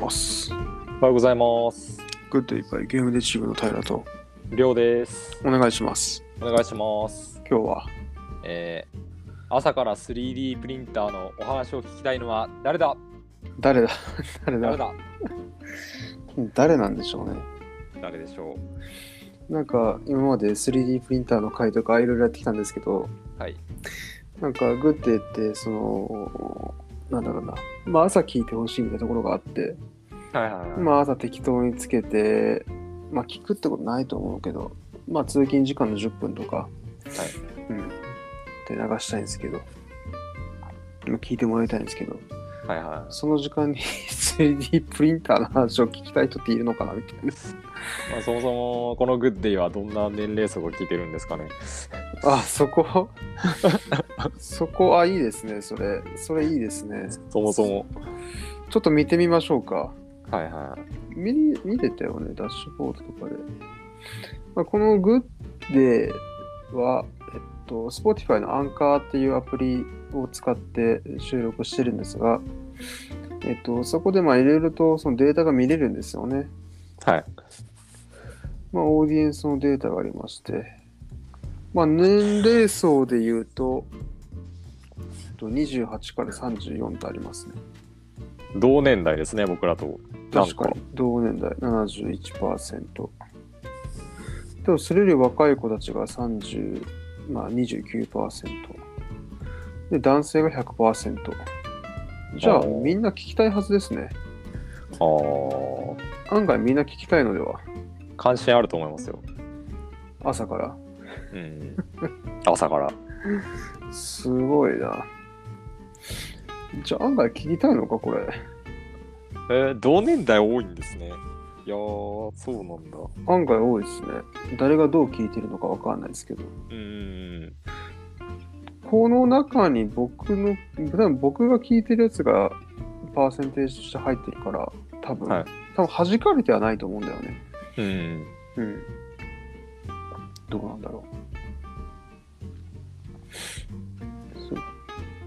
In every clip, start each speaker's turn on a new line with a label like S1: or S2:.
S1: ます。
S2: おはようございます。
S1: グッドいっぱいゲームでチームの平と
S2: りょうです。
S1: お願いします。
S2: お願いします。
S1: 今日は
S2: えー、朝から 3D プリンターのお話を聞きたいのは誰だ
S1: 誰だ 誰だ
S2: 誰だ
S1: 誰なんでしょうね。
S2: 誰でしょ
S1: なんか今まで 3D プリンターの回とかいろいろやってきたんですけど、
S2: うはい。
S1: なんかグッデってその、なんだろうな。まあ朝聞いてほしいみたいなところがあって、
S2: はいはいはい。
S1: まあ朝適当につけて、まあ聞くってことないと思うけど、まあ通勤時間の10分とか、うん。で流したいんですけど、まあ聞いてもらいたいんですけど、
S2: はいは
S1: その時間に 3D プリンターの話を聞きたい人っているのかなみたいな。
S2: い。まあ、そもそもこのグッデイはどんな年齢層が聞いてるんですかね。
S1: あ、そこ そこ、あ、いいですね、それ。それいいですね。
S2: そもそも。
S1: ちょっと見てみましょうか。
S2: はいは
S1: 見見れたよね、ダッシュボードとかで。まあ、このグッデーは、えっと、Spotify のアンカーっていうアプリを使って収録してるんですが、えっと、そこでまあいろいろとそのデータが見れるんですよね。
S2: い。はい。
S1: まあ、オーディエンスのデータがありまして、まあ、年齢層で言うと、えっと28から34とありますね。
S2: 同年代ですね、僕らと。なん
S1: 確か
S2: か。
S1: に同年代71%でもそれより若い子たちが30、まあ、29%で男性が100%じゃあ
S2: あー
S1: みんな聞きたいはずですね
S2: あー
S1: 案外みんな聞きたいのでは
S2: 関心あると思いますよ。
S1: 朝から
S2: うん。朝から。
S1: すごいなじゃあ案外聞きたいのかこれ
S2: えー、同年代多いんですね。いやー、そうなんだ。
S1: 案外多いですね誰がどう聞いてるのかわかんないですけど
S2: うん。
S1: この中に僕の、多分僕が聞いてるやつがパーセンテージとして入ってるから、多分、
S2: はい
S1: 多分弾かれてはないと思うんだよね。
S2: うん。
S1: うん。どうなんだろう。そう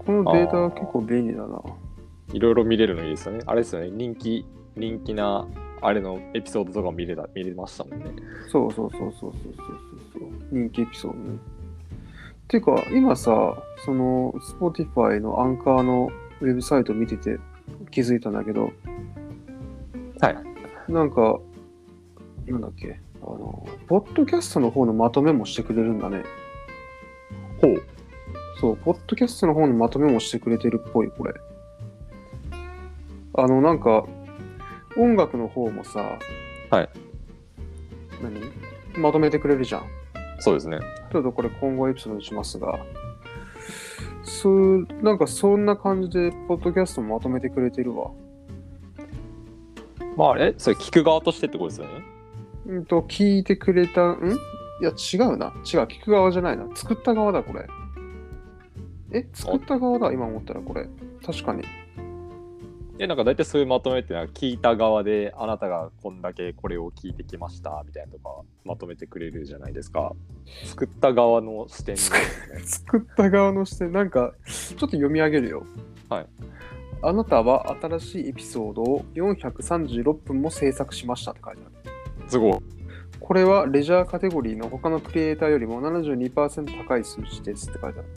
S1: このデータは結構便利だな。
S2: いろいろ見れるのいいですよね。あれですよね。人気、人気な、あれのエピソードとか見れた、見れましたもんね。
S1: そうそうそうそうそうそうそうそう。人気エピソードね。ていうか、今さ、その、Spotify のアンカーのウェブサイト見てて気づいたんだけど、
S2: はい。
S1: なんか、なんだっけ、あの、ポッドキャストの方のまとめもしてくれるんだね。
S2: ほう。
S1: そう、ポッドキャストの方のまとめもしてくれてるっぽい、これ。あの、なんか、音楽の方もさ、
S2: はい。
S1: 何まとめてくれるじゃん。
S2: そうですね。
S1: ちょっとこれ今後エピソードにしますが、そう、なんかそんな感じで、ポッドキャストもまとめてくれてるわ。
S2: まあ、え、それ聞く側としてってことですよね。
S1: うんと、聞いてくれた、んいや、違うな。違う。聞く側じゃないな。作った側だ、これ。え、作った側だ、今思ったらこれ。確かに。
S2: え、なんか大体そういうまとめってのは、聞いた側で、あなたがこんだけこれを聞いてきました、みたいなとか、まとめてくれるじゃないですか。作った側の視点で。
S1: 作った側の視点、なんか、ちょっと読み上げるよ。
S2: はい。
S1: あなたは新しいエピソードを436分も制作しましたって書いてある。
S2: すごい。
S1: これはレジャーカテゴリーの他のクリエイターよりも72%高い数値ですって書いてある。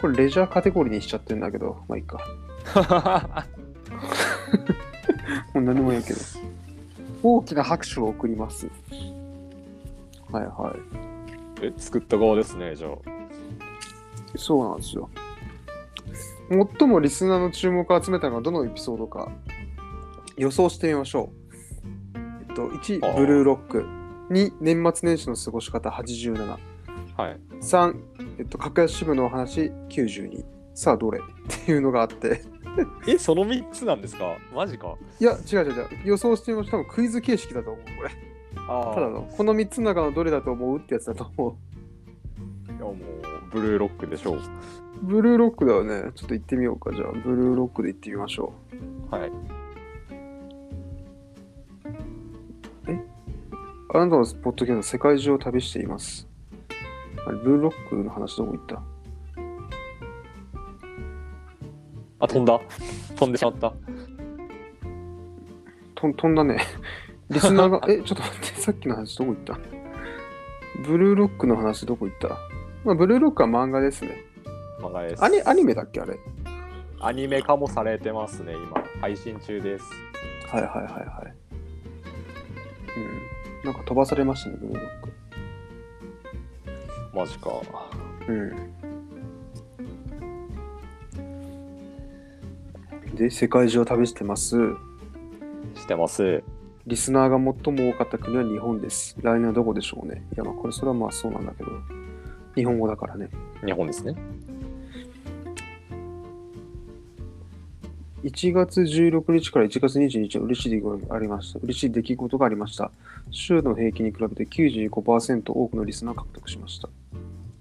S1: これレジャーカテゴリーにしちゃってるんだけど、まあいいか。もう何でもいいけど。大きな拍手を送ります。はいは
S2: え、作った側ですね、じゃあ。
S1: い。そうなんですよ。最もリスナーの注目を集めたのはどのエピソードか予想してみましょう。えっと、
S2: あ
S1: 1、
S2: ー
S1: ブルーロック。2、年末年始の過ごし方87。
S2: はい。
S1: 3、えっと、格安部のお話92。さあ、どれ っていうのがあって。
S2: え、その3つなんですかマジか。
S1: いや、違う違う違う。予想してみましょう。多分クイズ形式だと思う、これ。
S2: ああ。
S1: ただの、この3つの中のどれだと思うってやつだと思う。
S2: いやもうブルーロックでしょう。
S1: ブルーロックだよね。ちょっと行ってみようか。じゃあ、ブルーロックで行ってみましょ
S2: はい。
S1: う。あなたのポッドキャスト、世界中を旅しています。あれ、ブルーロックの話どこ行った
S2: あ飛んだ。飛んでしまった。
S1: とん飛んだね。リスナーが、え、ちょっと待って、さっきの話どこ行ったブルーロックの話どこ行った、まあ、ブルーロックは漫画ですね。
S2: 漫画です
S1: アニアニメだっけあれ。
S2: アニメ化もされてますね、今。配信中です。
S1: はいはいはいはい。うん。なんか飛ばされましたね、ブルーロ
S2: マジか。
S1: ック。うん。で、世界中を旅してます。
S2: してます。
S1: リスナーが最も多かった国は日本です。来年はどこでしょうね。いや、まあ、これ、それはまあそうなんだけど、日本語だからね。
S2: 日本ですね。
S1: 1月16日から1月22日は嬉しい出来事がありました。嬉しい出来事がありました。週の平均に比べて95%多くのリスナーを獲得しました。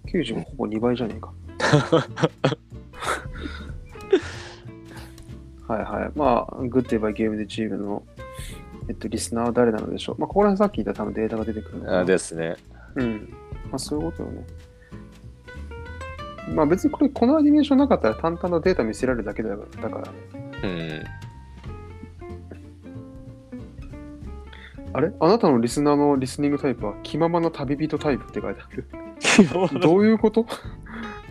S1: 90ほぼ2倍じゃねえ か。はいはい。まあ、グッドエバイゲームでチームの、えっと、リスナーは誰なのでしょう。まあ、ここら辺さっき言った多分データが出てくるのかな
S2: あですね。
S1: うん。まあ、そういうことよね。まあ、別にこれ、このアニメーションなかったら淡々とデータ見せられるだけだからだからね。
S2: うん。
S1: あれあなたのリスナーのリスニングタイプは気ままな旅人タイプって書いてある。どういうこと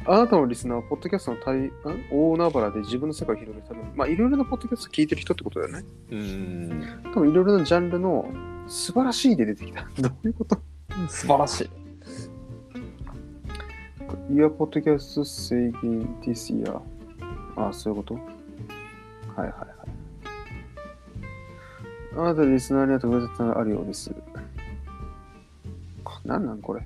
S1: あなたのリスナーは、ポッドキャストの旅ん大海原で自分の世界を広げるために、まあ、いろいろなポッドキャスト聞いてる人ってことだよね。
S2: うん。
S1: 多分、いろいろなジャンルの素晴らしいで出てきた。 どういうこと
S2: 素晴らしい。
S1: ?Your podcast saving this year. ああ、そういうことはいはいはい。あなたのリスナーには特別なのがあるようです。こなんなんこれ。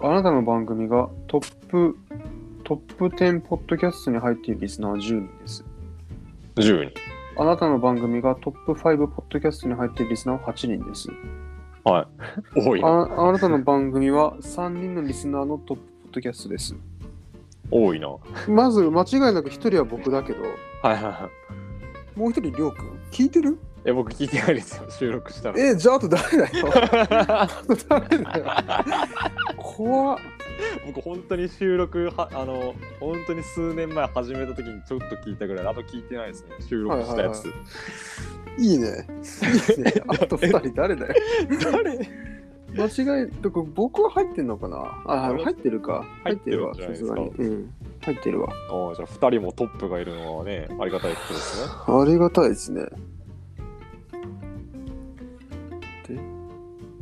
S1: あなたの番組がトップ、トップ10ポッドキャストに入っているリスナーは10人です。
S2: 十分に。
S1: あなたの番組がトップ5ポッドキャストに入っているリスナーは8人です。
S2: はい。多いな。
S1: ああなたの番組は3人のリスナーのトップポッドキャストです。
S2: 多いな。
S1: まず間違いなく1人は僕だけど、
S2: はいはいはい。
S1: もう1人りょうくん聞いてる
S2: え、僕聞いてないですよ、収録したら。
S1: え、じゃああと誰だよあと誰だよ怖っ。
S2: 僕、本当に収録は、あの、本当に数年前始めた時にちょっと聞いたぐらい、あと聞いてないですね、収録したやつ。
S1: いいね。いいね。あと2人誰だよ。
S2: 誰
S1: 間違いなく僕は入ってんのかなあ、入ってるか。
S2: 入ってるん
S1: 入
S2: じゃ
S1: っわ、さ
S2: ないです
S1: す
S2: か
S1: がに。うん。入ってるわ。
S2: ああ、じゃあ、2人もトップがいるのはね、ありがたいことですね。
S1: ありがたいですね。で、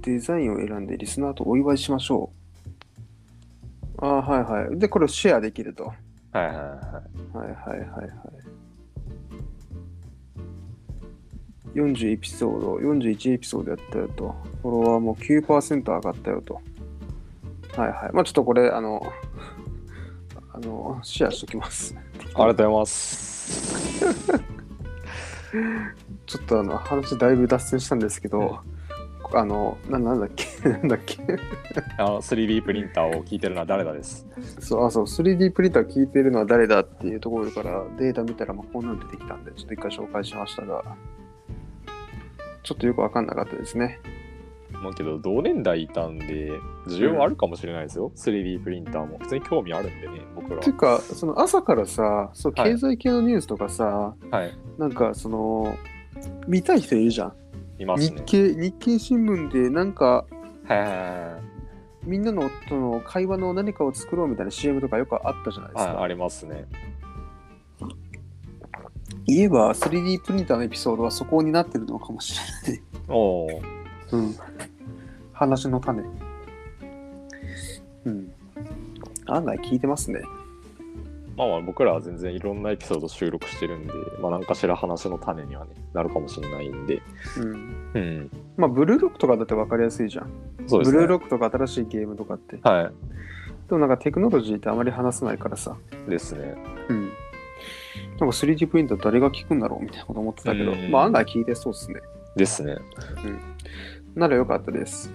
S1: デザインを選んでリスナーとお祝いしましょう。ああ、はいはい。で、これをシェアできると。は
S2: はいはいはい
S1: はいはいはい。40エピソード、41エピソードやったよと。フォロワーも9%上がったよと。はいはい。まあちょっとこれ、あの、あの、シェアしときます。
S2: い。ありがとうございます。
S1: ちょっとあの話だいぶ脱線したんですけど、あのななんだっけ なんだっけ
S2: あの 3D プリンターを聞いてるのは誰だです。
S1: そうあそう 3D プリンター聞いてるのは誰だっていうところからデータ見たらまあこんなの出てきたんでちょっと一回紹介しましたがちょっとよく分かんなかったですね
S2: まあけど、同年代いたんで、需要あるかもしれないですよ、3D プリンターも。普通に興味あるんでね、僕ら
S1: っていうかその朝からさそう
S2: はい
S1: 経済系のニュースとかさ、
S2: は。はい。
S1: なんかその見たい人いるじゃん、
S2: います
S1: 日
S2: ね。
S1: 経日経新聞でなんか
S2: はいはいはいはい。
S1: みんなのとの会話の何かを作ろうみたいな CM とかよくあったじゃないですか、
S2: はい、ありますね。
S1: 言えば 3D プリンターのエピソードはそこになってるのかもしれない。
S2: おお。
S1: うん。話の種。うん。案外聞いてますね。
S2: まあまあ、僕らは全然いろんなエピソード収録してるんで、まあ、何かしら話の種にはね、なるかもしれないんで。
S1: うん。
S2: うん。
S1: まあ、ブルーロックとかだって分かりやすいじゃん。
S2: そうです
S1: ブ
S2: ね。
S1: ルーロックとか新しいゲームとかって。で
S2: は
S1: もなんかテクノロジーってあまり話さないからさ。
S2: い。ですね。
S1: うん。なんか 3D プリンター誰が聞くんだろうみたいなこと思ってたけど
S2: う、ん
S1: まあ案外聞いてそうですね。
S2: ですね。
S1: ならよかったです。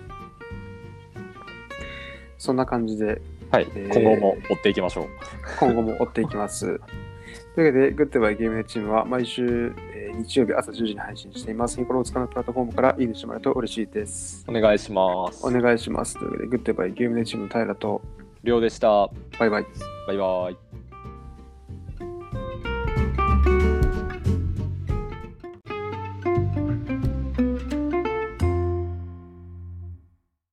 S1: そんな感じで
S2: はい。
S1: えー
S2: 今後も追っていきましょう。
S1: 今後も追っていきます。というわけで、グッドバイゲームチームは毎週、えー日曜日朝10時に配信しています。日頃お使いのプラットフォームからいいねしてもらえると嬉しいです。
S2: お願いします。
S1: お願いします。というわけで、グッドバイゲームチームの平と、
S2: りょうでした。
S1: バイバイ。
S2: バイバイ。